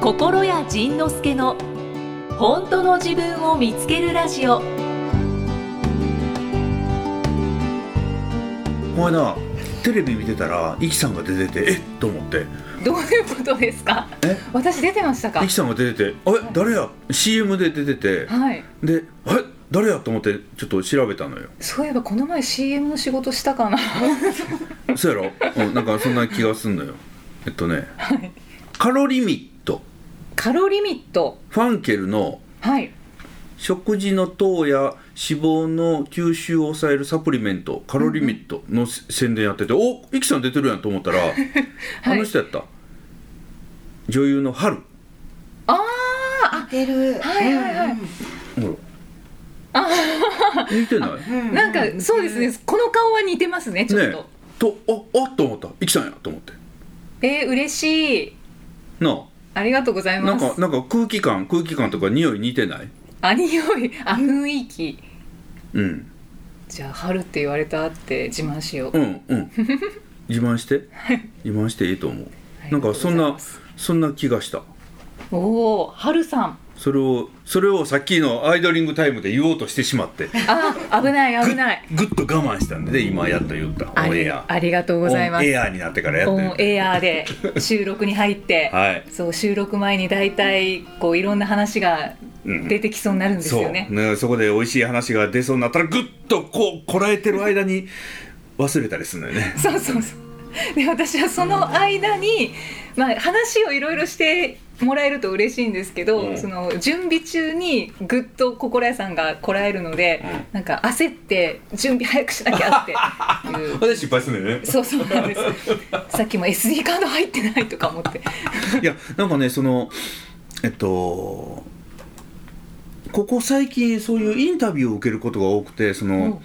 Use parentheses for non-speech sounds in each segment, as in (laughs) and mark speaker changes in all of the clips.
Speaker 1: 心谷仁之助の本当の自分を見つけるラジオ
Speaker 2: お前なテレビ見てたらイキさんが出ててえっと思って
Speaker 3: どういうことですか
Speaker 2: え
Speaker 3: 私出てましたか
Speaker 2: イキさんが出ててあれ誰や CM で出てて
Speaker 3: はい
Speaker 2: であれ誰やと思ってちょっと調べたのよ
Speaker 3: そういえばこの前 CM の仕事したかな (laughs)
Speaker 2: そうやろ、うん、なんかそんな気がすんのよえっとね、カロリミット
Speaker 3: カロリミット
Speaker 2: ファンケルの
Speaker 3: はい
Speaker 2: 食事の糖や脂肪の吸収を抑えるサプリメントカロリミットの宣伝やってて、おイキさん出てるやんと思ったら、あの人やった女優の春
Speaker 3: あー
Speaker 4: 似てる。
Speaker 3: はいはいはい
Speaker 2: ほら似てないね
Speaker 4: い
Speaker 3: なんかそうですねこの顔は似てますねちょっと、
Speaker 2: とああっと思ったイキさんやと思って
Speaker 3: えー、嬉しい
Speaker 2: な
Speaker 3: ありがとうござい
Speaker 2: あな
Speaker 3: ま
Speaker 2: ん
Speaker 3: す
Speaker 2: かなんか空気感空気感とか匂い似てない
Speaker 3: あ匂いあ雰囲気
Speaker 2: うん
Speaker 3: じゃあ春って言われたって自慢しよう、
Speaker 2: うんうん (laughs) 自慢して自慢していいと思う
Speaker 3: あり
Speaker 2: なん
Speaker 3: がとう
Speaker 2: か
Speaker 3: ご
Speaker 2: そ
Speaker 3: ざい
Speaker 2: んな
Speaker 3: ます
Speaker 2: そんな気がした
Speaker 3: おお春さん
Speaker 2: それをそれをさっきのアイドリングタイムで言おうとしてしまって
Speaker 3: あ危ない危ない
Speaker 2: ぐっと我慢したんで今やっと言った
Speaker 3: あ
Speaker 2: オン
Speaker 3: り
Speaker 2: エア
Speaker 3: ありがとうございま
Speaker 2: オン
Speaker 3: す
Speaker 2: エアになってからやっ
Speaker 3: オン
Speaker 2: と言っ
Speaker 3: エアで収録に入って、
Speaker 2: た (laughs) はい
Speaker 3: そう収録前に大体こういろんな話が
Speaker 2: うん
Speaker 3: 出てきそうになるんです
Speaker 2: そう
Speaker 3: よね。
Speaker 2: ねそこで美味しい話が出そうになったらぐっとこうこらえてる間
Speaker 3: (laughs)
Speaker 2: に忘れたりするのよね
Speaker 3: そうそうそうで私はその間に、まあ、話をいろいろしてもらえると嬉しいんですけど、
Speaker 2: うん。
Speaker 3: その準備中にぐっと心屋さんがこらえるので、なんか焦って準備早くしなきゃっていう
Speaker 2: (laughs) 私失敗するのよね
Speaker 3: そうそうなんですさっきも SD カード入ってないとか思って
Speaker 2: いやなんかねそのえっとここ最近そういうインタビューを受けることが多くてその、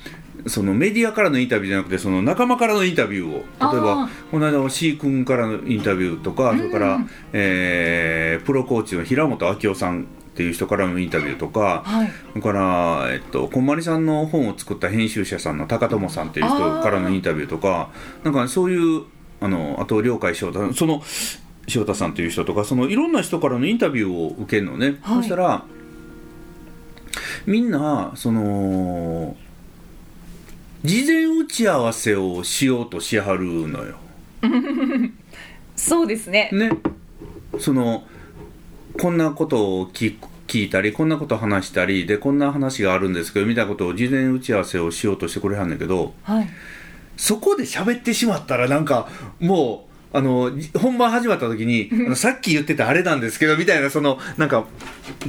Speaker 2: そのメディアからのインタビューじゃなくてその仲間からのインタビューを例え
Speaker 3: あ
Speaker 2: ば
Speaker 3: ー
Speaker 2: この間の C 君からのインタビューとか、それから、えープロコーチの平本明夫さんっていう人からのインタビューとか、
Speaker 3: はい
Speaker 2: それから、えっと、こんまりさんの本を作った編集者さんの高友さんっていう人からのインタビューとかなんかそういうあのあと亮海翔太その翔太さんという人とかそのいろんな人からのインタビューを受けるのね、
Speaker 3: はい
Speaker 2: そしたらみんなその事前打ち合わせをしようとしはるのよ。
Speaker 3: そうですね
Speaker 2: ね、そのこんなことを聞く聞いたりこんなこと話したりでこんな話があるんですけどみたいなことを事前打ち合わせをしようとしてくれはんだけど
Speaker 3: はい
Speaker 2: そこで喋ってしまったらなんかもうあのじ本番始まった時にあのさっき言ってたあれなんですけどみたいなそのなんか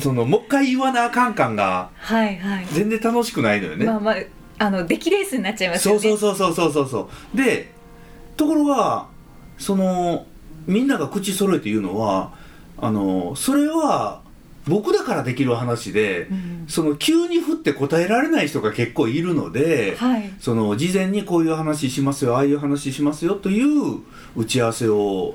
Speaker 2: そのもう一回言わなあかん感が
Speaker 3: はいはい
Speaker 2: 全然楽しくないのよね。
Speaker 3: まあまああの出来レースになっちゃいますよ
Speaker 2: そ
Speaker 3: ね
Speaker 2: うそうそうそうそうそうそうでところがそのみんなが口揃えて言うのはあのそれは僕だからできる話で、
Speaker 3: うん
Speaker 2: その急に振って答えられない人が結構いるので、
Speaker 3: はい
Speaker 2: その事前にこういう話しますよああいう話しますよという打ち合わせを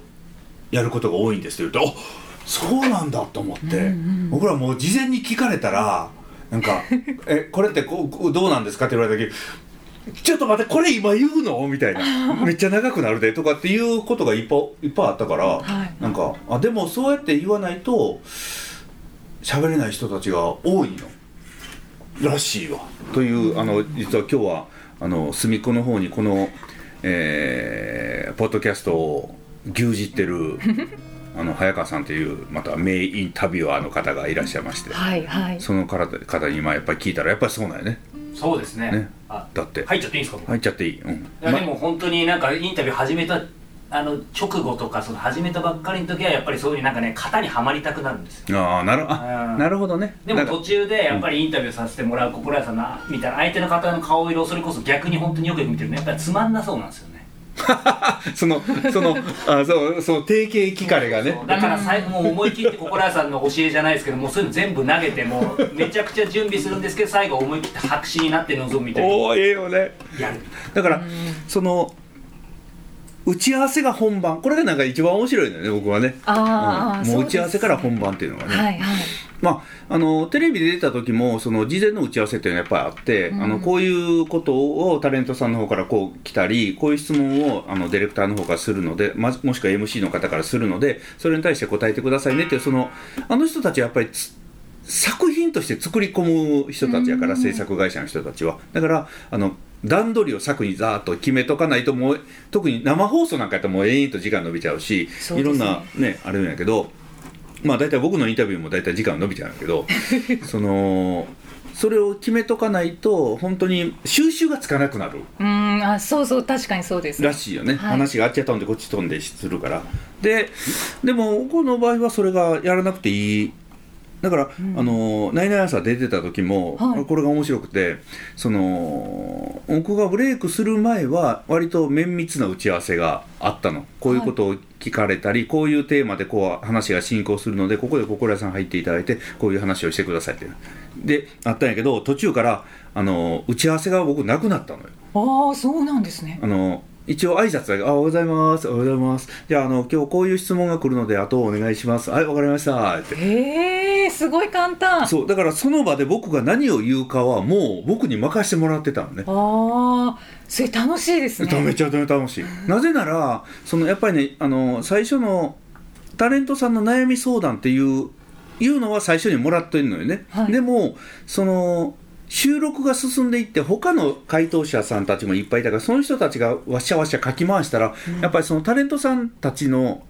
Speaker 2: やることが多いんですって言うとあそうなんだと思って、僕らもう事前に聞かれたらなんか (laughs) 「えこれってこうどうなんですか?」って言われた時ちょっと待ってこれ今言うの?」みたい (laughs) な「めっちゃ長くなるで」とかっていうことがいっぱいいっぱいあったから、
Speaker 3: はい
Speaker 2: なんかあでもそうやって言わないと喋れない人たちが多いのらしいわ。というあの実は今日はあの隅っこの方にこの、えーポッドキャストを牛耳って
Speaker 5: (laughs)
Speaker 2: るあの早川さんというまた名インタビュアーの方がいらっしゃいまして、
Speaker 3: はいはい
Speaker 2: その方方に今やっぱり聞いたらやっぱりそうなんよね
Speaker 5: そうですね
Speaker 2: ね
Speaker 5: あ
Speaker 2: だって、
Speaker 5: 入っちゃっていいんですか僕
Speaker 2: 入っちゃっていい、うん
Speaker 5: いやでも本当になんかインタビュー始めたあの直後とかその始めたばっかりの時はやっぱりそういうふうになんかね型にはまりたくなるんですよ
Speaker 2: ああなるあ
Speaker 5: うん
Speaker 2: なるほどね
Speaker 5: で
Speaker 2: な
Speaker 5: も
Speaker 2: んか
Speaker 5: 途中でやっぱりインタビューさせてもらう心屋さんのみたいな相手の方の顔色をそれこそ逆に本当によくよく見てるねやっぱりつまんなそうなんですよね
Speaker 2: そのそのあそうそう定型聞かれがね
Speaker 5: そうだから最後もう思い切って心屋さんの教えじゃないですけどもうそういうの全部投げてもうめちゃくちゃ準備するんですけど最後思い切って白紙になって臨むみたいな
Speaker 2: おおええよね
Speaker 5: やる
Speaker 2: だからその打ち合わせが本番これがなんか一番面白いのよね僕はね
Speaker 3: あー
Speaker 2: うんもう打ち合
Speaker 3: そうですね
Speaker 2: 合わせから本番っていうのがね
Speaker 3: はいはい
Speaker 2: まあ、あのテレビで出た時もその事前の打ち合わせっていうのはやっぱりあって、あのこういうことをタレントさんの方からこう来たりこういう質問をあのディレクターの方からするので、ま、もしくは MC の方からするのでそれに対して答えてくださいねっていうそのあの人たちはやっぱりつ作品として作り込む人たちやから、制作会社の人たちはだからあの段取りを策にざーっと決めとかないともう特に生放送なんかやったらもう延々と時間伸びちゃうし
Speaker 3: そう
Speaker 2: いろ
Speaker 3: ですね
Speaker 2: んなねあれなんやけどまあ大体僕のインタビューも大体時間伸びちゃうんやけどそのそれを決めとかないと本当に収集がつかなくなる
Speaker 3: うーんあそうそう確かにそうです
Speaker 2: らしいよね、
Speaker 3: はい
Speaker 2: 話があっち飛んでこっち飛んでするからででもこの場合はそれがやらなくていいだから、あのナイナイ朝出てた時も、
Speaker 3: はい
Speaker 2: これが面白くてその僕がブレイクする前は割と綿密な打ち合わせがあったのこういうことを聞かれたり、こういうテーマでこう話が進行するのでここで心屋さん入っていただいてこういう話をしてくださいってであったんやけど途中からあの打ち合わせが僕なくなったのよ。
Speaker 3: ああそうなんですね
Speaker 2: あの一応挨拶だけあおはようございますおはようございますじゃああの今日こういう質問が来るのであとお願いしますはいわかりましたって
Speaker 3: へえすごい簡単あ
Speaker 2: そうだからその場で僕が何を言うかはもう僕に任せてもらってたのね
Speaker 3: あそれ楽しいですね
Speaker 2: めちゃめちゃ楽しいなぜならそのやっぱりねあの最初のタレントさんの悩み相談っていういうのは最初にもらってるのよね、
Speaker 3: はい
Speaker 2: でもその収録が進んでいって他の回答者さんたちもいっぱいいたからその人たちがわっしゃわっしゃ書き回したら、やっぱりそのタレントさんたちの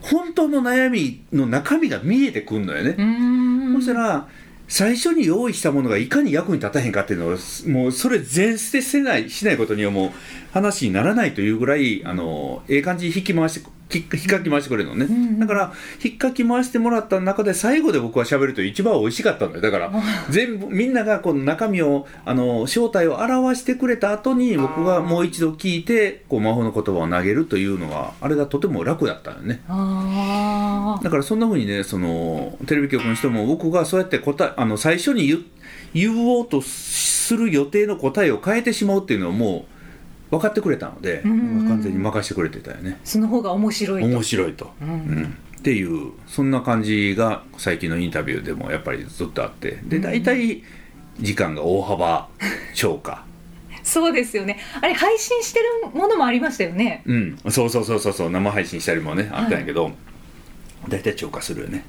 Speaker 2: 本当の悩みの中身が見えてくるのよね、
Speaker 3: うーん
Speaker 2: そしたら最初に用意したものがいかに役に立たへんかっていうのをもうそれ全捨てせないしないことにはもう話にならないというぐらいあのええ感じに引き回してき引っかき回してくれるのね、だから引っかき回してもらった中で最後で僕は喋ると一番美味しかったんだよだから全部みんながこの中身をあの正体を表してくれた後に僕がもう一度聞いてこう魔法の言葉を投げるというのがあれがとても楽だったよね。
Speaker 3: あ
Speaker 2: だからそんな風にねそのテレビ局の人も僕がそうやって答えあの最初に言言おうとする予定の答えを変えてしまうっていうのをもう分かってくれたので
Speaker 3: ん
Speaker 2: 完全に任せてくれてたよね
Speaker 3: あその方が面白いと
Speaker 2: 面白いと、
Speaker 3: う
Speaker 2: うんん、っていうそんな感じが最近のインタビューでもやっぱりずっとあってで大体時間が大幅超 (laughs) 過
Speaker 3: そうですよねあれ配信してるものもありましたよね
Speaker 2: うんそうそうそうそうそう生配信したりもねあったんやけど、大体超過するよね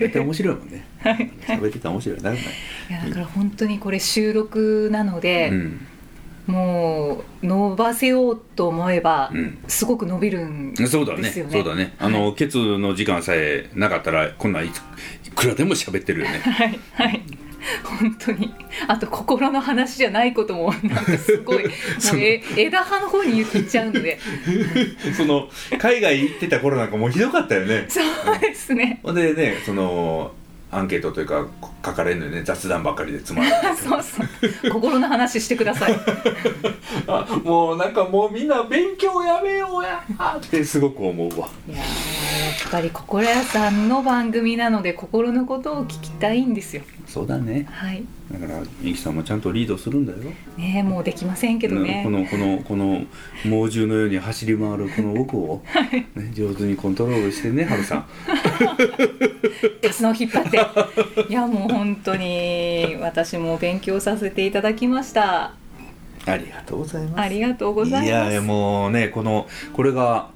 Speaker 2: 大体面白いもん (laughs) ね喋ってたら面白いなるね
Speaker 3: いやだから本当にこれ収録なの
Speaker 2: う
Speaker 3: で、
Speaker 2: ん
Speaker 3: もう伸ばせようと思えば、
Speaker 2: うん
Speaker 3: すごく伸びるんです
Speaker 2: そ
Speaker 3: よ
Speaker 2: うだね
Speaker 3: ね
Speaker 2: そうだねあのケツの時間さえなかったらこんなんいついくらでも喋ってる
Speaker 3: (laughs)
Speaker 2: よね
Speaker 3: はいはい本当にあと心の話じゃないこともなんかす
Speaker 2: (laughs)
Speaker 3: ごいもうえ枝葉の方に行っちゃうので
Speaker 2: その海外行ってた頃なんかもうひどかったよね
Speaker 3: そうですね
Speaker 2: ほんでねそのアンケートというかこ書かれるのよね雑談ばっかりでつまらない
Speaker 3: (laughs) あそうそう心の話してください
Speaker 2: あもうなんかもうみんな勉強やめようやってすごく思うわ
Speaker 3: いやーやっぱり心屋さんの番組なので心のことを聞きたいんですよ
Speaker 2: そうだね
Speaker 3: はい
Speaker 2: だからゆきさんもちゃんとリードするんだよ
Speaker 3: ねえもうできませんけどね
Speaker 2: うんこのこのこの猛獣のように走り回るこの僕
Speaker 3: (laughs)
Speaker 2: を、ね、上手にコントロールしてね春さん
Speaker 3: 手綱を引っ張っていやもう本当に私も勉強させていただきました
Speaker 2: ありがとうございます
Speaker 3: ありがとうございます
Speaker 2: やいやもうねこのこれが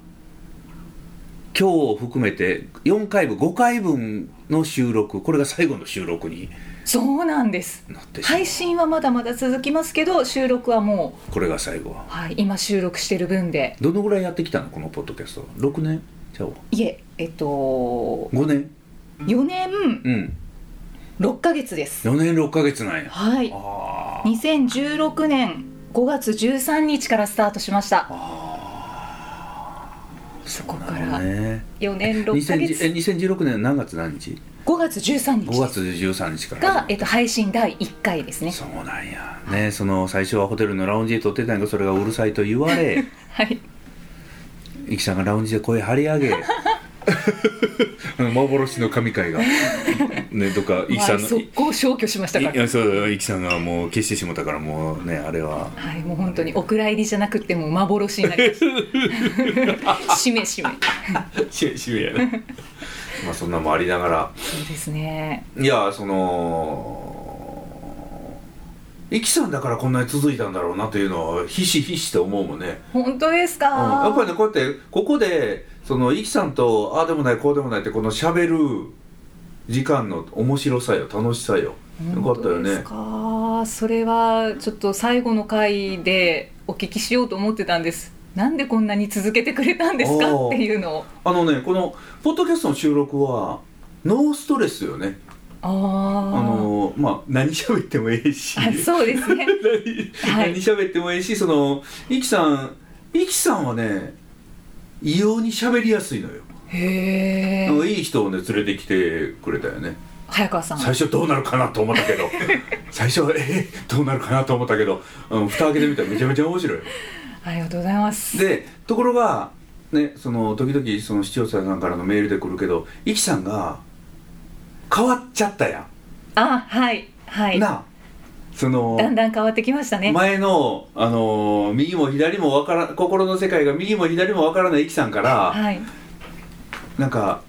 Speaker 2: 今日を含めて4回分5回分の収録これが最後の収録に
Speaker 3: そうなんです
Speaker 2: なってしまう、
Speaker 3: 配信はまだまだ続きますけど収録はも
Speaker 2: これが最後は
Speaker 3: う、はい、今収録してる分で
Speaker 2: どのぐらいやってきたのこのポッドキャスト6年ちゃうわ
Speaker 3: いええっと
Speaker 2: 5年
Speaker 3: 4年
Speaker 2: うん
Speaker 3: 6ヶ月です
Speaker 2: 4年6ヶ月なんや
Speaker 3: はい
Speaker 2: あー
Speaker 3: 2016年5月13日からスタートしましたそこか
Speaker 2: な
Speaker 3: ら
Speaker 2: るほどね
Speaker 3: 4年6ヶ
Speaker 2: 2010え
Speaker 3: 月
Speaker 2: 2016年何月何日
Speaker 3: 5月13
Speaker 2: ?5
Speaker 3: 日
Speaker 2: 月13日から始ま
Speaker 3: が
Speaker 2: る、
Speaker 3: えっと、配信第1回ですね
Speaker 2: そうなんやねその最初はホテルのラウンジで撮ってたんやけどそれがうるさいと言われ
Speaker 3: はい
Speaker 2: イキさんがラウンジで声張り上 (laughs) げあの幻の神回がねとかイキさん
Speaker 3: (laughs) まあ
Speaker 2: の
Speaker 3: 速攻消去しましたか
Speaker 2: いい
Speaker 3: ら
Speaker 2: やそうイキさんがもう消してしまったからもうねあれは
Speaker 3: はいもう本当にお蔵入りじゃなくても
Speaker 2: (laughs)
Speaker 3: う (laughs) (laughs) 幻になりましたしめしめ
Speaker 2: しめしめやね (laughs) まあそんなのもありながら
Speaker 3: そうですね
Speaker 2: いやそのイキさんだからこんなに続いたんだろうなというのはひしひしと思うもんね、
Speaker 3: 本当です
Speaker 2: うん、
Speaker 3: か、
Speaker 2: やっぱりねこうやってここでそのイキさんとああでもないこうでもないってこのしゃべる時間の面白さよ楽しさよよかったよね
Speaker 3: 本当ですかそれはちょっと最後の回でお聞きしようと思ってたんですなんでこんなに続けてくれたんです
Speaker 2: あ
Speaker 3: か
Speaker 2: ー
Speaker 3: っていうのを
Speaker 2: あのねこのポッドキャストの収録はノーストレスよね
Speaker 3: あ
Speaker 2: あ
Speaker 3: ー
Speaker 2: のまあ何喋ってもええし
Speaker 3: あそうですね
Speaker 2: (laughs) 何
Speaker 3: はい
Speaker 2: 何喋ってもいいしそのイキさんイキさんはね異様に喋りやすいのよ、
Speaker 3: へ
Speaker 2: なんか
Speaker 3: え
Speaker 2: いい人をね連れてきてくれたよね
Speaker 3: 早川さん
Speaker 2: 最初どうなるかなと思った
Speaker 3: (laughs)
Speaker 2: けど最初はえーどうなるかなと思ったけど、うん、蓋開けてみたらめちゃめちゃ面白いよ
Speaker 3: ありがとうございます
Speaker 2: でところがねその時々その視聴者さんからのメールで来るけどイキさんが変わっちゃったやん、
Speaker 3: あはいはい
Speaker 2: なあその
Speaker 3: だんだん変わってきましたね
Speaker 2: 前の、あのー右も左もわから心の世界が右も左もわからないイキさんから
Speaker 3: はい
Speaker 2: なんか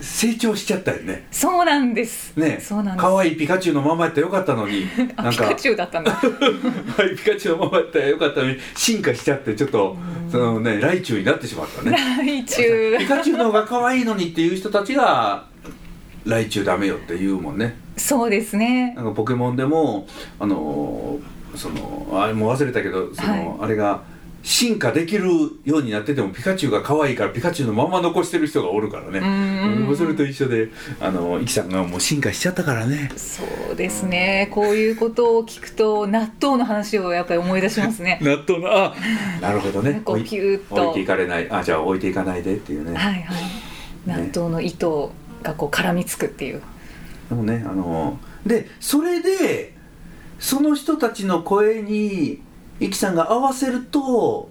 Speaker 2: 成長しちゃったよね
Speaker 3: そうなんです
Speaker 2: ね
Speaker 3: そうなんです
Speaker 2: 可愛いピカチュウのままやったらよかったのにな
Speaker 3: (laughs) あ
Speaker 2: ん
Speaker 3: ピカ
Speaker 2: か
Speaker 3: チュウだったん (laughs) だ
Speaker 2: はいピカチュウのままやったらよかったのに進化しちゃってちょっとそのねライチュウになってしまったね
Speaker 3: 来中
Speaker 2: ピカチュウの方が可愛いのにっていう人たちがライチュウダメよって言うもんね (laughs)
Speaker 3: そうですね
Speaker 2: なんかポケモンでもあのーそのあれもう忘れたけどその、あれが進化できるようになっててもピカチュウが可愛いからピカチュウのまま残してる人がおるからね
Speaker 3: うんうんうん
Speaker 2: もうそれと一緒であのイキさんがもう進化しちゃったからね
Speaker 3: そうですねこういうことを聞くと納豆の話をやっぱり思い出しますね
Speaker 2: 納豆のあなるほど (laughs) ね
Speaker 3: こう
Speaker 2: 置い
Speaker 3: ピューッと
Speaker 2: 置いていかれないあじゃあ置いていかないでっていうね
Speaker 3: はいはい納豆の糸がこう絡みつくっていう
Speaker 2: でもねあのでそれでその人たちの声にイキさんが合わせると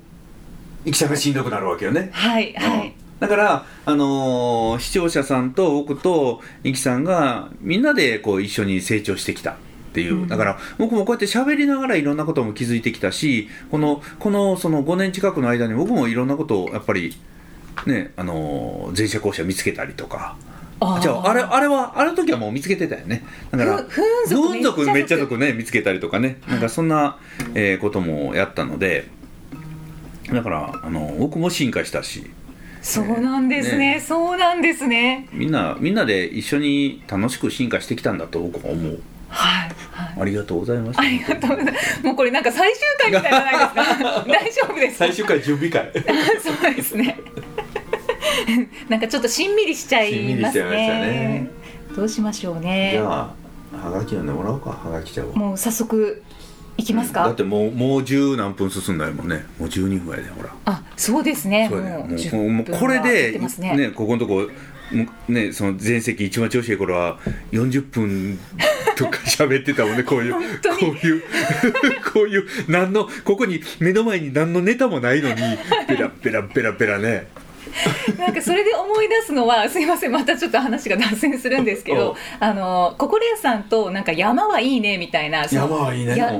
Speaker 2: イキさんがしんどくなるわけよね
Speaker 3: はいはい、
Speaker 2: だから、あのー視聴者さんと僕とイキさんがみんなでこう一緒に成長してきたっていう、
Speaker 3: うん
Speaker 2: だから僕もこうやって喋りながらいろんなことも気づいてきたしこのこのその5年近くの間に僕もいろんなことをやっぱり。ねあのー前者後者見つけたりとか
Speaker 3: あ
Speaker 2: あ
Speaker 3: ー
Speaker 2: じゃああれあれはあの時はもう見つけてたよねだから
Speaker 3: ふ不運族
Speaker 2: どんどくめっちゃ
Speaker 3: 族
Speaker 2: 族ね見つけたりとかねなんかそんな、えーこともやったのでだからあの僕も進化したし
Speaker 3: そうなんですね
Speaker 2: ね
Speaker 3: そうなんですね
Speaker 2: みんなみんなで一緒に楽しく進化してきたんだと僕は思う
Speaker 3: はいはい
Speaker 2: ありがとうございました
Speaker 3: ありがとうございますもうこれなんか最終回みたいじ
Speaker 2: (laughs)
Speaker 3: ゃないですか大丈夫ですか
Speaker 2: 最終回準備
Speaker 3: (laughs)
Speaker 2: 会
Speaker 3: そうですね。 (laughs) なんかちょっとしんみりしちゃ
Speaker 2: し
Speaker 3: い
Speaker 2: んみり
Speaker 3: ま
Speaker 2: しち
Speaker 3: す
Speaker 2: ゃいました
Speaker 3: ね
Speaker 2: ね。
Speaker 3: どうしましょう
Speaker 2: じ
Speaker 3: ね。
Speaker 2: ゃあはがき読んでもらおうかはがきちゃおう
Speaker 3: もう早速いきます
Speaker 2: だ
Speaker 3: か
Speaker 2: っ。てもうもう十何分進んだよもんねもう12分やでほら
Speaker 3: あ、そうですね。
Speaker 2: そうや
Speaker 3: もう
Speaker 2: ね
Speaker 3: 10
Speaker 2: もうもう
Speaker 3: 分は
Speaker 2: これ
Speaker 3: 経っ
Speaker 2: で
Speaker 3: てます
Speaker 2: ね
Speaker 3: ね。
Speaker 2: ここのとこもうねその前席一番調子いい頃は40分とか喋ってたもんねこういうこ
Speaker 3: 当に
Speaker 2: ういう (laughs) こういう何のここに目の前に何のネタもないのにペラペラペラペラ (laughs) ね
Speaker 3: なんかそれで思い出すのはす (laughs) いませんまたちょっと話が脱線するんですけ
Speaker 2: お
Speaker 3: ど、あのココレアさんとなんか山はいいねみたいな。その
Speaker 2: はいい
Speaker 3: や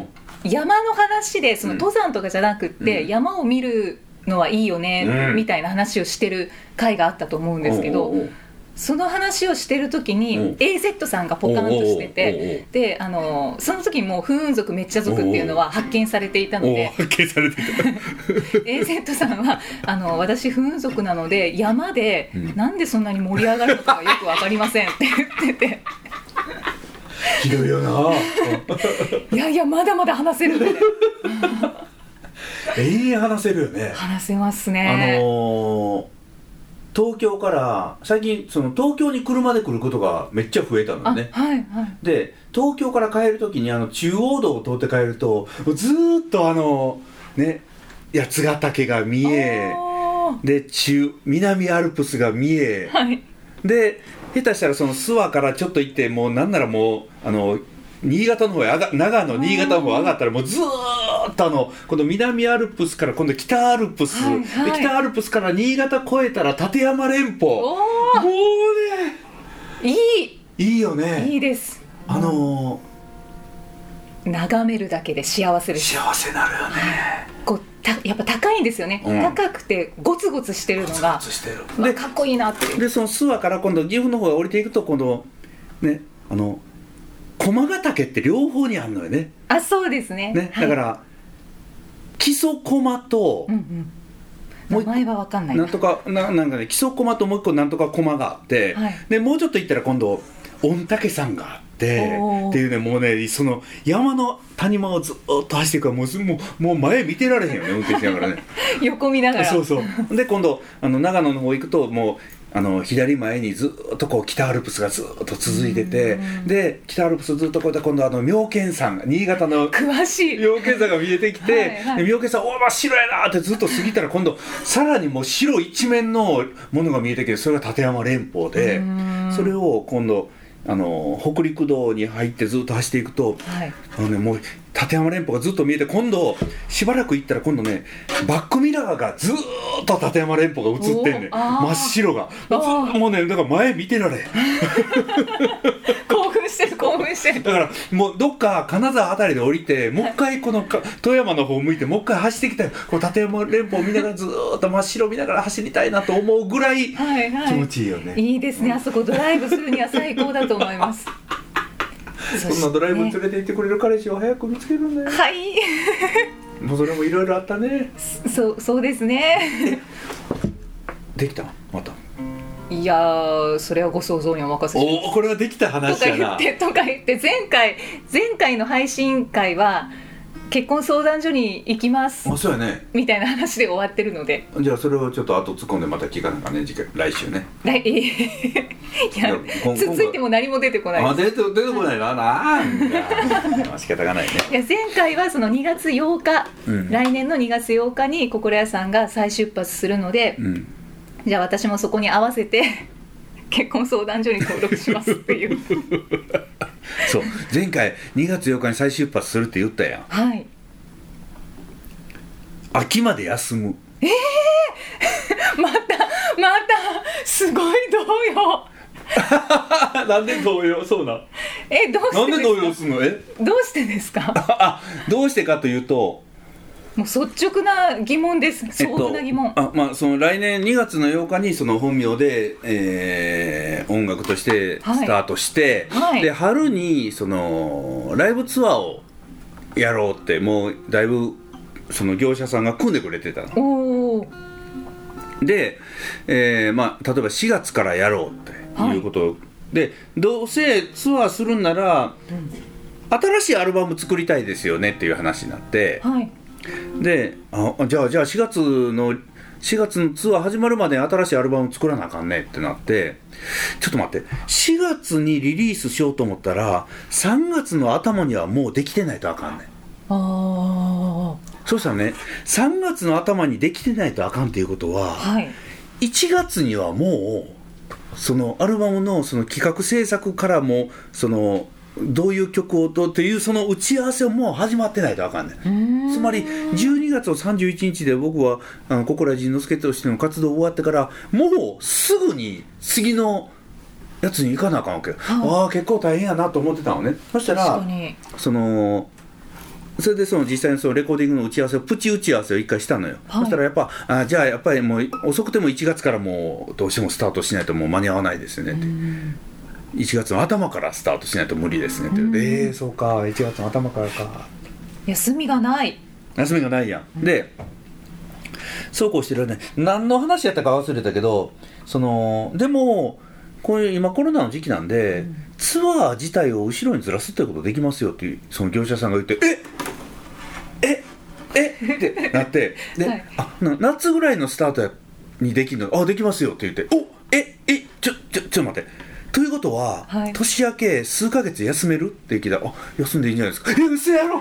Speaker 3: 山の話でその
Speaker 2: うん
Speaker 3: 登山とかじゃなくって、
Speaker 2: うん
Speaker 3: 山を見るのはいいよね、
Speaker 2: うん
Speaker 3: みたいな話をしてる回があったと思うんですけど、
Speaker 2: おうおうおう
Speaker 3: その話をしてる時に、
Speaker 2: うん
Speaker 3: AZ さんがポカンとしてて。であのその時もう不運族滅茶族っていうのは発見されていたの
Speaker 2: おうおうおうおうおう
Speaker 3: で
Speaker 2: 発見されて
Speaker 3: (laughs) AZ さんはあの私不運族なので山で、
Speaker 2: うん
Speaker 3: なんでそんなに盛り上がるのかよく分かりませんって言ってて
Speaker 2: た (laughs) ひどいよ
Speaker 3: (laughs)
Speaker 2: な
Speaker 3: いやいやまだまだ話せるんで
Speaker 2: 永遠話せるよね
Speaker 3: 話せます
Speaker 2: あ
Speaker 3: ね、
Speaker 2: のー東京から最近その東京に車で来ることがめっちゃ増えたのね
Speaker 3: はいはい
Speaker 2: で東京から帰るときにあの中央道を通って帰るとずーっとあのね八ヶ岳が見え
Speaker 3: あ
Speaker 2: で中南アルプスが見え
Speaker 3: ーはい
Speaker 2: で下手したらその諏訪からちょっと行ってもうなんならもうあの新潟の方へ上が長野新潟の方へ上がったらもうずーっとあのこの南アルプスから今度北アルプス、
Speaker 3: はいはい
Speaker 2: で北アルプスから新潟越えたら立山連峰も
Speaker 3: お
Speaker 2: うね
Speaker 3: ーい
Speaker 2: いいよね
Speaker 3: いいいです
Speaker 2: あの
Speaker 3: 眺めるだけで幸せ
Speaker 2: ー
Speaker 3: です
Speaker 2: 幸せなるよね
Speaker 3: こうたやっぱ高いんですよね、
Speaker 2: うん
Speaker 3: 高くてゴツゴツしてるのが
Speaker 5: そしてる
Speaker 3: まあかっこいいなっていう
Speaker 2: でその諏訪から今度岐阜の方が降りていくと今度ねあの駒ヶ岳って両方にあるのよね
Speaker 3: あそうですね
Speaker 2: ね
Speaker 3: はい
Speaker 2: だから、基礎駒と、
Speaker 3: うんうん、
Speaker 2: もう
Speaker 3: 名前は分かんない
Speaker 2: なんとかななんかね基礎駒ともう一個なんとか駒があって、
Speaker 3: はい
Speaker 2: でもうちょっと行ったら今度御嶽山があって
Speaker 3: おー
Speaker 2: っていうねもうねその山の谷間をずっと走っていくからもうすもうもう前見てられへんよね運転しなが
Speaker 3: (laughs)
Speaker 2: らね
Speaker 3: 横見ながら
Speaker 2: そうそうで今度あの長野の方行くともうあの左前にずっとこう北アルプスがずっと続いてて
Speaker 3: うん
Speaker 2: で北アルプスずっとこうやって今度あの妙見山が新潟の
Speaker 3: 詳しい
Speaker 2: 妙見山が見えてきて、
Speaker 3: はいはい
Speaker 2: で妙見山おお真っ白やなってずっと過ぎたら今度さらにもう白一面のものが見えてきてそれが立山連峰で
Speaker 3: うん
Speaker 2: それを今度あの北陸道に入ってずっと走っていくと
Speaker 3: はい
Speaker 2: あの、ね、もう立山連峰がずっと見えて今度しばらく行ったら今度ねバックミラーがずーっと立山連峰が映ってんねん
Speaker 3: おあー
Speaker 2: 真っ白が
Speaker 3: あー
Speaker 2: もうねだから前見てられへん
Speaker 3: 興奮してる興奮してる
Speaker 2: だからもうどっか金沢あたりで降りてもう一回このか富山の方向いてもう一回走ってきたらこう立山連峰見ながらずーっと真っ白見ながら走りたいなと思うぐらい気
Speaker 3: はいはい
Speaker 2: 持ちいいよね、
Speaker 3: いいですねあそこドライブするには最高だと思います
Speaker 2: (laughs) そんなドライブに
Speaker 3: そし
Speaker 2: 連れて行ってくれる彼氏を早く見つけるんだよ
Speaker 3: てはい
Speaker 2: もうそれもいろいろあったね
Speaker 3: そうそうですね
Speaker 2: できたまた
Speaker 3: いやーそれはご想像にお任せします
Speaker 2: おおこれはできた
Speaker 3: と
Speaker 2: 話
Speaker 3: か
Speaker 2: や
Speaker 3: 言
Speaker 2: な
Speaker 3: ってとか言って前回前回の配信会は結婚相談所に行きます
Speaker 2: あそうやね
Speaker 3: みたいな話で終わってるので
Speaker 2: じゃあそれをちょっと後突っ込んでまた聞かなきゃね次回来週ね
Speaker 3: 来い (laughs)
Speaker 2: い
Speaker 3: や
Speaker 2: や今
Speaker 3: つ
Speaker 2: 今
Speaker 3: つ
Speaker 2: 回
Speaker 3: いても何も出てこないです
Speaker 2: あ出て出てこないななんだ (laughs) まあ仕方がないね
Speaker 3: いや前回はその2月8日、
Speaker 2: うん
Speaker 3: 来年の2月8日に心屋さんが再出発するので、
Speaker 2: うん
Speaker 3: じゃあ私もそこに合わせて (laughs) 結婚相談所に登録しますっていう
Speaker 2: (laughs) そう前回2月8日に再出発するって言ったやん
Speaker 3: はい
Speaker 2: 秋まで休む
Speaker 3: またまたすごい動揺
Speaker 2: (laughs) なんで動揺そうな
Speaker 3: えどう
Speaker 2: (laughs) なん
Speaker 3: して
Speaker 2: で
Speaker 3: です
Speaker 2: 動揺するのえ (laughs)
Speaker 3: どうしてですか
Speaker 2: あどうしてかというと
Speaker 3: もう率直な疑問です
Speaker 2: えっ
Speaker 3: 素
Speaker 2: と
Speaker 3: 朴な疑問、
Speaker 2: あまあその来年2月の8日にその本名で、えー音楽として
Speaker 3: はい
Speaker 2: スタートして、
Speaker 3: はい
Speaker 2: で春にそのライブツアーをやろうってもうだいぶその業者さんが組んでくれてたの
Speaker 3: おお
Speaker 2: で、えーまあ、例えば4月からやろうっていうことを、でどうせツアーするんなら、新しいアルバム作りたいですよねっていう話になって、
Speaker 3: はい
Speaker 2: であじゃあじゃあ4月の4月のツアー始まるまでに新しいアルバム作らなあかんねってなってちょっと待って4月にリリースしようと思ったら3月の頭にはもうできてないとあかんねん
Speaker 3: あ
Speaker 2: そうしたらね3月の頭にできてないとあかんっていうことは
Speaker 3: あはい
Speaker 2: 1月にはもうそのアルバムのその企画制作からもそのどういう曲をどうっていうその打ち合わせをもう始まってないとあかんねん
Speaker 3: うーん
Speaker 2: つまり12月の31日で僕はあの小倉仁之助としての活動終わってからもうすぐに次のやつに行かなあかんわけよ、
Speaker 3: はい
Speaker 2: ああ結構大変やなと思ってたのねそした
Speaker 3: 確
Speaker 2: ら
Speaker 3: かに
Speaker 2: そのそれでその実際にそのレコーディングの打ち合わせをプチ打ち合わせを一回したのよ、
Speaker 3: はい
Speaker 2: そしたらやっぱあじゃあやっぱりもう遅くても1月からもうどうしてもスタートしないともう間に合わないですよねって1月の頭からスタートしないと無理ですねって、
Speaker 3: うん
Speaker 2: ええそうか1月の頭からか
Speaker 3: 休みがない
Speaker 2: 休みがないやん、でそうこうしてるね何の話やったか忘れたけどそのでもこういう今コロナの時期なんで、ツアー自体を後ろにずらすってことできますよっていうその業者さんが言ってええええってな
Speaker 3: (laughs)
Speaker 2: ってで、
Speaker 3: はい
Speaker 2: あな夏ぐらいのスタートやにできるのあできますよって言っておええちょちょちょっと待ってということは、
Speaker 3: はい
Speaker 2: 年明け数ヶ月休めるって聞いたらあ休んでいいんじゃないですかえ嘘やろ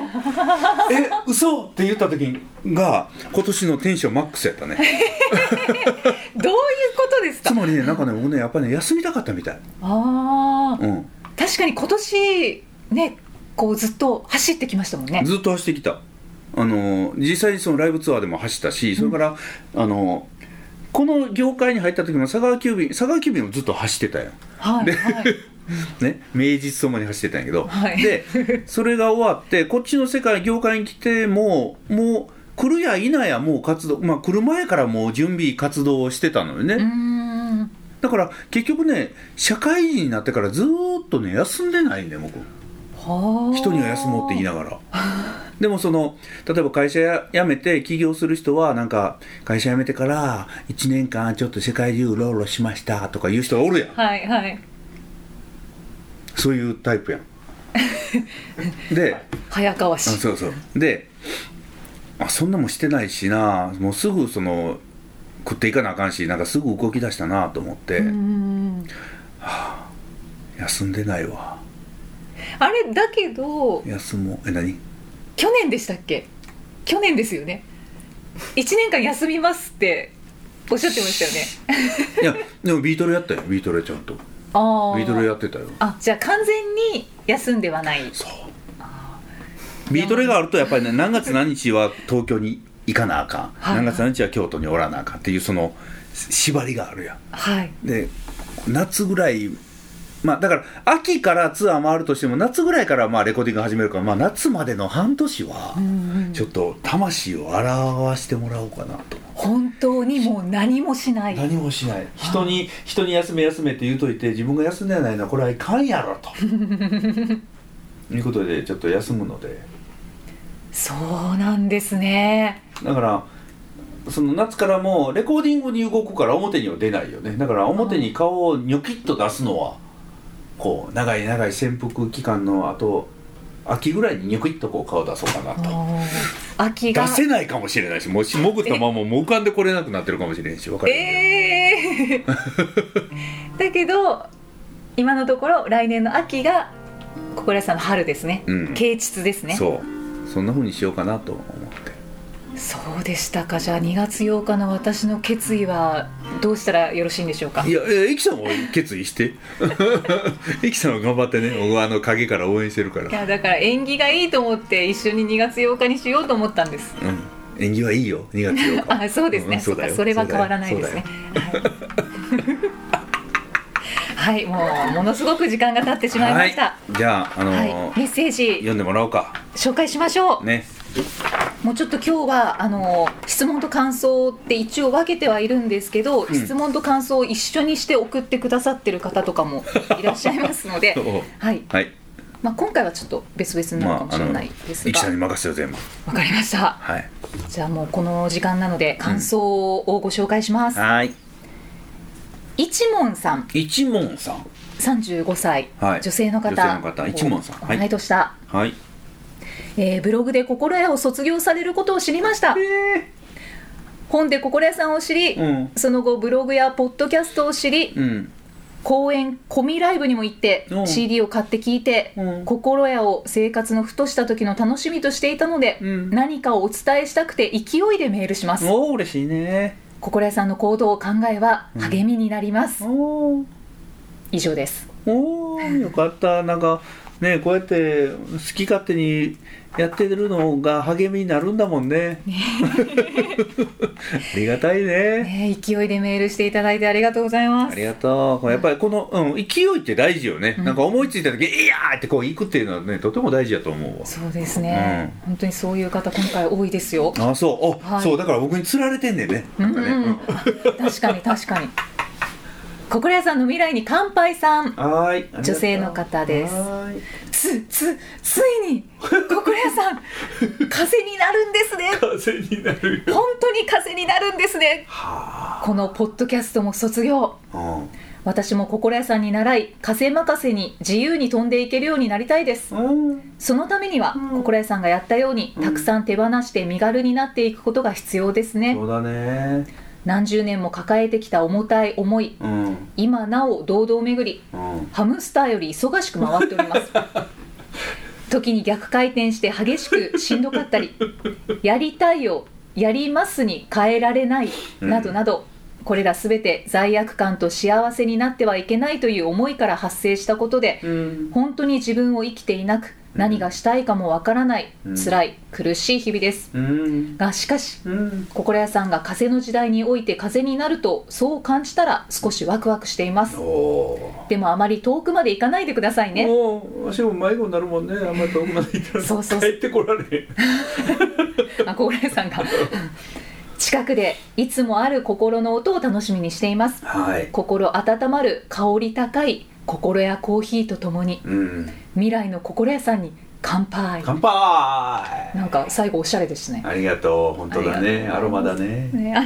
Speaker 2: え嘘って言った時が今年のテンションマックスやったね
Speaker 3: どういうことですか
Speaker 2: つまりねなんかね僕ねやっぱりね休みたかったみたい、
Speaker 3: ああ
Speaker 2: うん、
Speaker 3: 確かに今年ねこうずっと走ってきましたもんね
Speaker 2: ずっと走ってきたあの実際にそのライブツアーでも走ったしそれから、あのこの業界に入った時も佐川急便佐川急便もずっと走ってたよ、
Speaker 3: はいはい
Speaker 2: ね、名実ともに走ってたんやけど、
Speaker 3: はい
Speaker 2: でそれが終わってこっちの世界業界に来てももう来るや否やもう活動、まあ、来る前からもう準備活動をしてたのよね、
Speaker 3: うん
Speaker 2: だから結局ね社会人になってからずーっとね休んでないんで僕
Speaker 3: はあ
Speaker 2: 人には休もうって言いながらでもその例えば会社や辞めて起業する人はなんか会社辞めてから1年間ちょっと世界中うろうろしましたとか言う人がおるやん
Speaker 3: はいはい
Speaker 2: そういうタイプや
Speaker 3: (laughs)
Speaker 2: んで
Speaker 3: 早川
Speaker 2: あ
Speaker 3: 氏
Speaker 2: そうそうであそんなもんしてないしなもうすぐその食っていかなあかんしなんかすぐ動き出したなと思って、
Speaker 3: うん
Speaker 2: 休んでないわ
Speaker 3: あれだけど
Speaker 2: 休もうえ何
Speaker 3: 去年でしたっけ去年ですよね1年間休みますっておっしゃってましたよね
Speaker 2: いやでもビートルやったよビートルちゃんと
Speaker 3: あ
Speaker 2: ビートルやってたよ
Speaker 3: あじゃあ完全に休んではない
Speaker 2: そうビートレがあるとやっぱりね何月何日は東京に行かなあかん
Speaker 3: はい
Speaker 2: 何月何日は京都におらなあかんっていうそのし縛りがあるやん
Speaker 3: はい
Speaker 2: で夏ぐらいまあだから秋からツアー回るとしても夏ぐらいからまあレコーディング始めるから、まあ、夏までの半年はちょっと魂を洗わしてもらおうかなと
Speaker 3: 本当にもう何もしない
Speaker 2: 何もしない人に人に休め休めって言うといて自分が休んでないのはこれはいかんやろということでちょっと休むので
Speaker 3: そうなんですね
Speaker 2: だからその夏からもうレコーディングに動くから表には出ないよねだから表に顔をニョキッと出すのはこう長い長い潜伏期間のあと秋ぐらいにニョキッとこう顔出そうかなと。出
Speaker 3: 秋が
Speaker 2: せないかもしれないしもうし潜ったままもう浮かんでこれなくなってるかもしれんし分かる
Speaker 3: ええ (laughs) だけど今のところ来年の秋が小倉さんの春ですね、
Speaker 2: うん
Speaker 3: 啓蟄ですね
Speaker 2: そうそんな風にしようかなと思って
Speaker 3: そうでしたかじゃあ2月8日の私の決意はどうしたらよろしいんでしょうか
Speaker 2: いや、ええきさんも決意して (laughs) えきさんは頑張ってね僕はあの陰から応援してるから
Speaker 3: いやだから縁起がいいと思って一緒に2月8日にしようと思ったんです
Speaker 2: うん縁起はいいよ2月8日
Speaker 3: (laughs) あそうですね、
Speaker 2: ん
Speaker 3: そ
Speaker 2: そううだ
Speaker 3: か
Speaker 2: よ
Speaker 3: それは変わらないですねはいはい、もうものすごく時間が経ってしまいました、
Speaker 2: はい、じゃあ、あの
Speaker 3: はい
Speaker 2: ー
Speaker 3: メッセージ
Speaker 2: 読んでもらおうか
Speaker 3: 紹介しましょう、
Speaker 2: ね
Speaker 3: もうちょっと今日はあの質問と感想って一応分けてはいるんですけど、
Speaker 2: ん
Speaker 3: 質問と感想を一緒にして送ってくださってる方とかもいらっしゃいます
Speaker 2: (laughs)
Speaker 3: ので
Speaker 2: そう、
Speaker 3: はい
Speaker 2: はい
Speaker 3: まあ、今回はちょっと別々になるかもしれないです
Speaker 2: い
Speaker 3: が
Speaker 2: きさんに任せよう全部
Speaker 3: わかりました
Speaker 2: はい
Speaker 3: じゃあもうこの時間なので感想をご紹介します、
Speaker 2: はい
Speaker 3: 一門さん
Speaker 2: 一門さん
Speaker 3: 35歳、
Speaker 2: はい
Speaker 3: 女性の方
Speaker 2: 女性の方一門さんはい
Speaker 3: 同い年だ、
Speaker 2: はい
Speaker 3: えーブログで心屋を卒業されることを知りました、本で心屋さんを知り、
Speaker 2: うん
Speaker 3: その後ブログやポッドキャストを知り、
Speaker 2: うん
Speaker 3: 公演込みライブにも行って
Speaker 2: うん
Speaker 3: CD を買って聴いて、
Speaker 2: うん
Speaker 3: 心屋を生活のふとした時の楽しみとしていたので、
Speaker 2: うん
Speaker 3: 何かをお伝えしたくて勢いでメールします
Speaker 2: おお嬉しいね
Speaker 3: 心屋さんの行動考えは励みになります、
Speaker 2: おー
Speaker 3: 以上です
Speaker 2: おーよかったなんかねこうやって好き勝手にやってるのが励みになるんだもんねありがたいね
Speaker 3: ねえ勢いでメールしていただいてありがとうございま
Speaker 2: あ
Speaker 3: す
Speaker 2: りがとうこれやっぱりこの、うん、勢いって大事よね、なんか思いついた時「いやー!」ってこう行くっていうのはねとても大事だと思うわ
Speaker 3: そうですね、
Speaker 2: う
Speaker 3: 本当にそういう方今回多いですよ
Speaker 2: あそうあ、
Speaker 3: はい
Speaker 2: そうだから僕に釣られてんねんね
Speaker 3: う
Speaker 2: なんん
Speaker 3: う
Speaker 2: かね、
Speaker 3: ん、確かに確かに (laughs) 心屋さんの未来に乾杯さん
Speaker 2: うんはーいありがとう
Speaker 3: 女性の方です
Speaker 2: はーい
Speaker 3: つつついに心
Speaker 2: (laughs)
Speaker 3: 屋さん風になるんですね
Speaker 2: 風になるよ
Speaker 3: 本当に風になるんですね
Speaker 2: は
Speaker 3: このポッドキャストも卒業
Speaker 2: あ、うん
Speaker 3: 私も心屋さんに習い風任せに自由に飛んでいけるようになりたいです
Speaker 2: うん、
Speaker 3: そのためには
Speaker 2: うん
Speaker 3: 心屋さんがやったようにたくさん手放して身軽になっていくことが必要ですね
Speaker 2: そうだね
Speaker 3: 何十年も抱えてきた重たい思い
Speaker 2: うんうん
Speaker 3: 今なお堂々巡りハムスターより忙しく回ってお
Speaker 2: (laughs)
Speaker 3: ります時に逆回転して激しくしんどかったりやりたいをやりますに変えられないなどなど、これらすべて罪悪感と幸せになってはいけないという思いから発生したことで
Speaker 2: うん
Speaker 3: 本当に自分を生きていなく何がしたいかもわからない、
Speaker 2: うん
Speaker 3: 辛い苦しい日々です
Speaker 2: うん
Speaker 3: がしかし
Speaker 2: うん
Speaker 3: 心屋さんが風の時代において風になるとそう感じたら少しワクワクしています
Speaker 2: おお
Speaker 3: でもあまり遠くまで行かないでください
Speaker 2: ー
Speaker 3: ね
Speaker 2: もう足も迷子になるもんねあんまり遠くまで行ったら
Speaker 3: そうそう
Speaker 2: 帰ってこられへん (laughs)
Speaker 3: あ心屋さんが近くでいつもある心の音を楽しみにしています
Speaker 2: はい
Speaker 3: 心温まる香り高い心屋コーヒーとともに
Speaker 2: うん
Speaker 3: 未来の心屋さんに乾杯
Speaker 2: 乾杯
Speaker 3: なんか最後おしゃれですね
Speaker 2: ありがとう本当だね
Speaker 3: あ
Speaker 2: ア
Speaker 3: りがと
Speaker 2: ロ
Speaker 3: うご
Speaker 2: マ
Speaker 3: ざ
Speaker 2: だね
Speaker 3: ねあ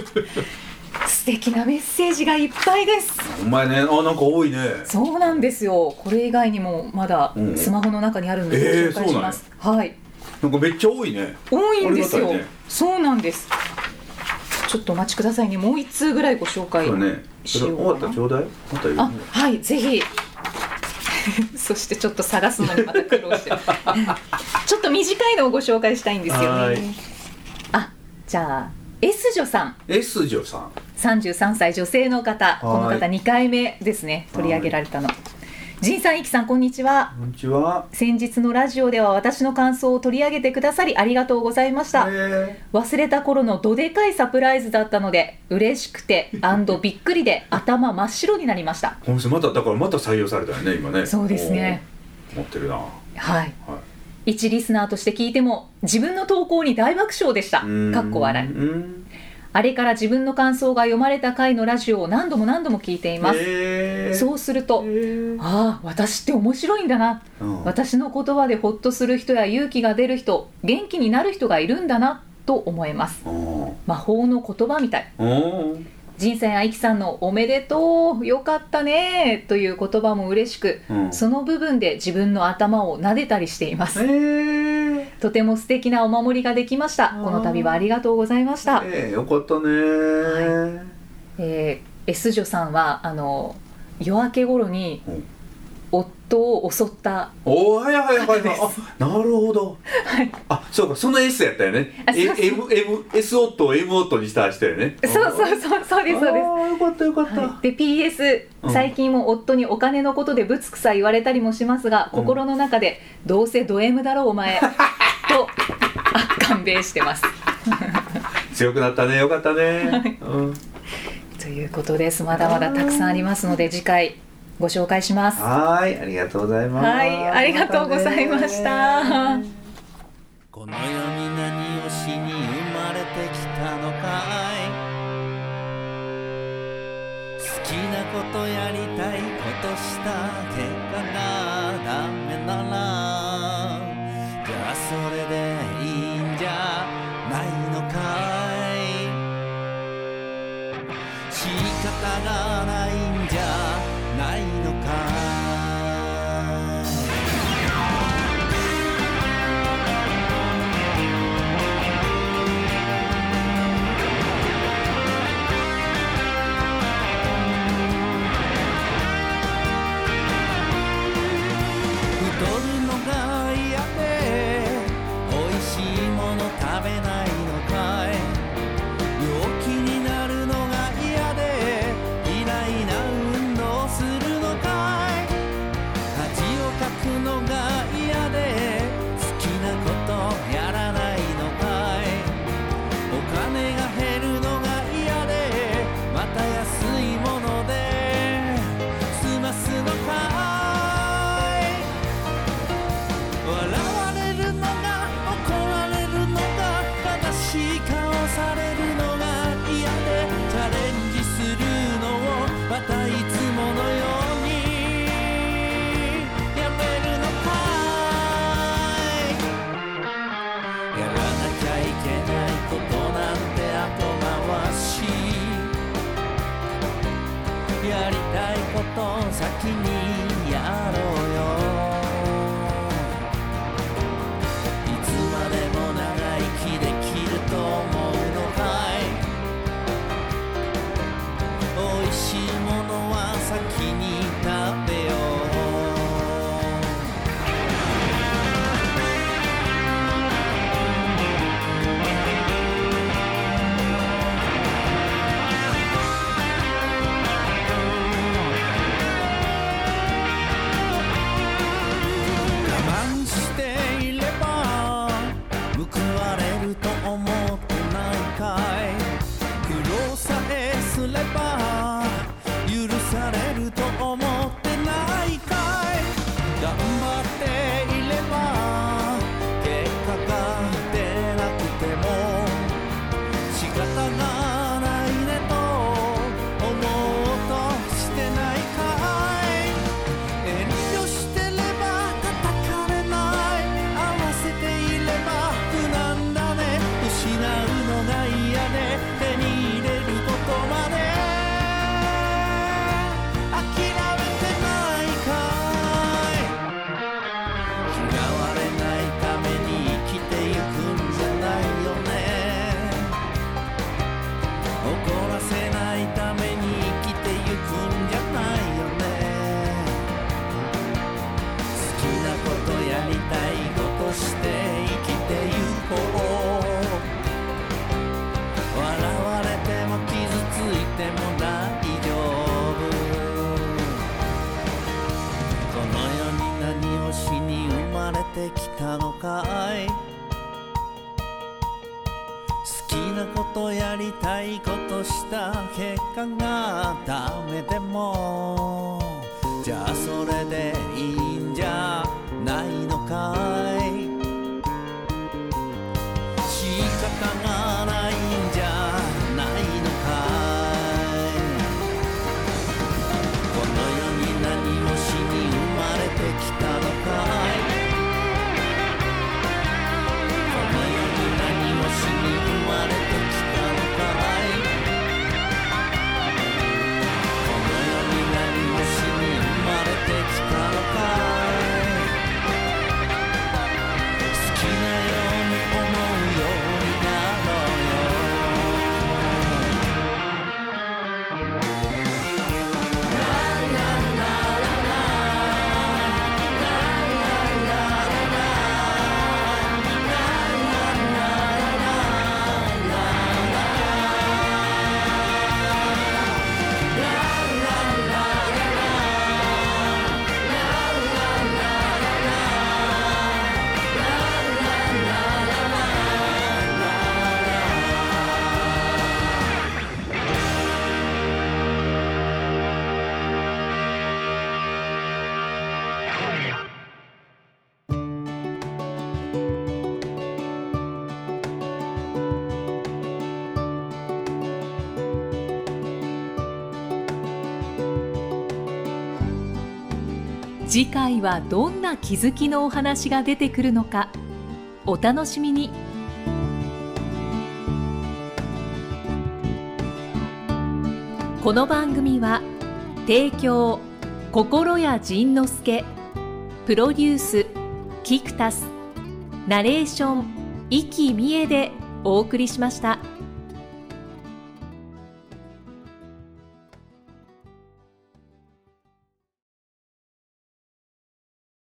Speaker 3: の素敵なメッセージがいっぱいです
Speaker 2: お前ねあなんか多いね
Speaker 3: そうなんですよこれ以外にもまだ
Speaker 2: うん
Speaker 3: スマホの中にあるので
Speaker 2: えー
Speaker 3: ご紹介します、はい
Speaker 2: なんかめっちゃ多いね
Speaker 3: 多いんです
Speaker 2: あ
Speaker 3: よ、
Speaker 2: りがたいね
Speaker 3: そうなんですちょっとお待ちくださいねもう一通ぐらいご紹介、
Speaker 2: そうねそれ
Speaker 3: しよう
Speaker 2: 終
Speaker 3: か
Speaker 2: わ
Speaker 3: な
Speaker 2: ったちょうだいまた言う
Speaker 3: あはいぜひ (laughs) そしてちょっと探すのにまた苦労してる (laughs) ちょっと短いのをご紹介したいんですよ
Speaker 2: はい
Speaker 3: ねあじゃあ S 女さん
Speaker 2: S 女さん
Speaker 3: 33歳女性の方この
Speaker 2: はい
Speaker 3: 方2回目ですね取り上げられたの仁さんいきさんこんにちは
Speaker 2: こんにちは
Speaker 3: 先日のラジオでは私の感想を取り上げてくださりありがとうございました
Speaker 2: え
Speaker 3: 忘れた頃のどでかいサプライズだったので嬉しくてびっくりで頭真っ白になりました
Speaker 2: ーこの人まただからまた採用されたよね今ね
Speaker 3: そうですね
Speaker 2: おー持ってるなは
Speaker 3: はい一リスナーとして聞いても自分の投稿に大爆笑でした
Speaker 2: いうん
Speaker 3: かっこ笑い
Speaker 2: うん
Speaker 3: あれから自分の感想が読まれた回のラジオを何度も何度も聞いています、
Speaker 2: えー
Speaker 3: そうすると、
Speaker 2: えー
Speaker 3: ああ私って面白いんだな
Speaker 2: うん
Speaker 3: 私の言葉でホッとする人や勇気が出る人元気になる人がいるんだなと思います
Speaker 2: うん
Speaker 3: 魔法の言葉みたい
Speaker 2: うん
Speaker 3: 人生愛きさんの「おめでとうよかったね」という言葉も嬉しく
Speaker 2: うん
Speaker 3: その部分で自分の頭を撫でたりしていま
Speaker 2: え
Speaker 3: す
Speaker 2: ー
Speaker 3: とても素敵なお守りができましたこの度はありがとうございました、
Speaker 2: えーよかったね
Speaker 3: えー、S 女さんはあの夜明け頃に
Speaker 2: うん
Speaker 3: 夫を襲った
Speaker 2: おーはいはいはい
Speaker 3: で
Speaker 2: はい
Speaker 3: す
Speaker 2: あなるほどあそうかその S やったよね
Speaker 3: あそう
Speaker 2: S オットを M オットにした人やね
Speaker 3: そうそうそうそうですそうです
Speaker 2: あーよかったよかった、
Speaker 3: はい、で PS
Speaker 2: うん
Speaker 3: 最近も夫にお金のことでぶつくさ言われたりもしますが、
Speaker 2: うん
Speaker 3: 心の中で「どうせド M だろ
Speaker 2: (laughs)
Speaker 3: お前」とあ勘弁してます。
Speaker 2: 強くなったねよかったね、うん、
Speaker 3: ということですまだまだたくさんありますので次回ご紹介します。
Speaker 2: はーいありがとうございます
Speaker 3: はいありがとうございました
Speaker 2: またね
Speaker 4: この世に何をしに生まれてきたのかい好きなことやりたいことした結果がダメならじゃあそれでいいんじゃないのかい仕方がないんじゃないのかい太るのが嫌で美味しいもの食べないのかい陽気になるのが嫌でイライラ運動するのかい恥をかくのが嫌で好きなことやらないのかいお金が減るのが嫌でまた安いもので済ますのかい笑われるのが怒られるのが悲しい顔されるのが嫌でチャレンジするのをまたいつものようにやめるのかいやらなきゃいけないことなんて後回しやりたいこと先にやろうよいつまでも長生きできると思うのかい美味しいものは先に食べよう
Speaker 6: 「
Speaker 4: ても大丈夫この世に何をしに生まれてきたのかい好きなことやりたいことした結果がダメでもじゃあそれでいいんじゃないのかい仕方がないんじゃないのかいこの世に何をしに生まれてきたのかいこの世に何をしに生まれてきたのかいこの世に何をしに生まれてきたのかい好きなように思うようになろうよ
Speaker 1: 次回はどんな気づきのお話が出てくるのかお楽しみにこの番組は提供心谷仁之助プロデュースキクタスナレーション生きみえでお送りしました。